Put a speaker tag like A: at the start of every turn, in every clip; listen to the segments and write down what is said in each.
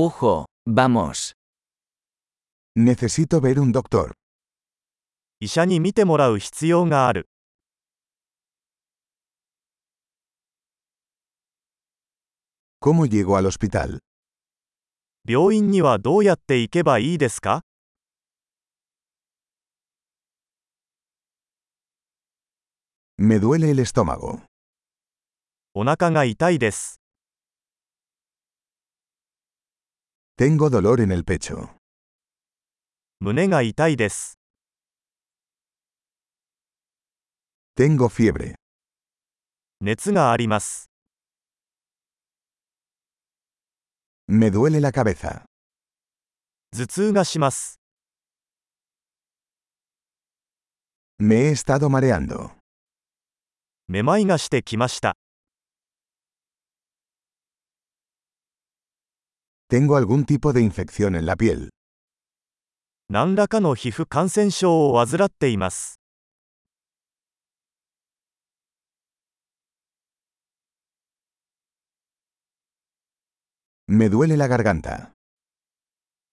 A: Ojo, vamos.
B: Necesito ver un doctor.
C: 医者に診てもらう必要がある
B: ¿Cómo llego al hospital?
C: 病院にはどうやって行けばいいですか
B: Me duele el estómago.
C: お腹が痛いです
B: Tengo dolor en el pecho.
C: 胸が痛いです
B: Tengo fiebre.
C: 熱があります
B: Me duele la cabeza.
C: 頭痛がします
B: Me he estado mareando.
C: めまいがしてきました
B: Tengo algún tipo de infección en la piel.
C: 何らかの皮膚感染症を患っています
B: Me duele la garganta.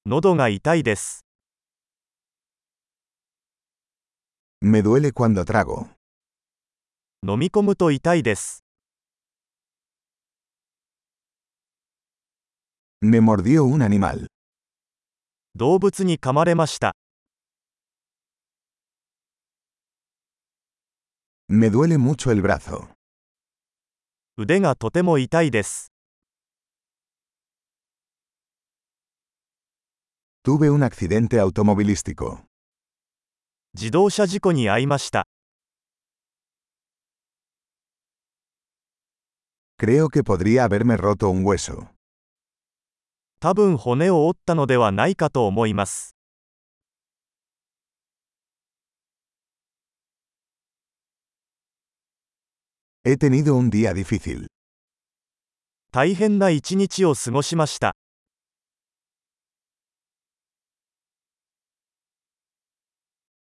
C: 喉が痛いです
B: Me duele cuando trago.
C: 飲み込むと痛いです
B: Me mordió un animal.
C: 動物に噛まれました
B: Me duele mucho el brazo.
C: 腕がとても痛いです
B: Tuve un accidente automovilístico.
C: 自動車事故に遭いました
B: Creo que podría haberme roto un hueso.
C: 多分骨を折ったのではないかと思います
B: He tenido un día difícil.
C: 大変な一日を過ごしました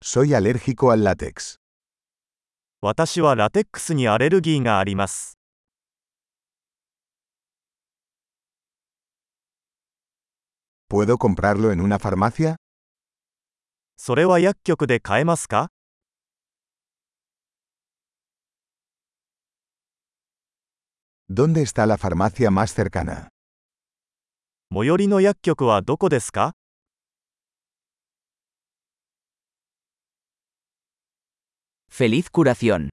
B: Soy alérgico al látex.
C: 私はラテックスにアレルギーがあります
B: ¿Puedo comprarlo en una farmacia?
C: それは薬局で買えますか
B: ¿Dónde está la farmacia más cercana?
C: 最寄りの薬局はどこですか
A: Feliz curación.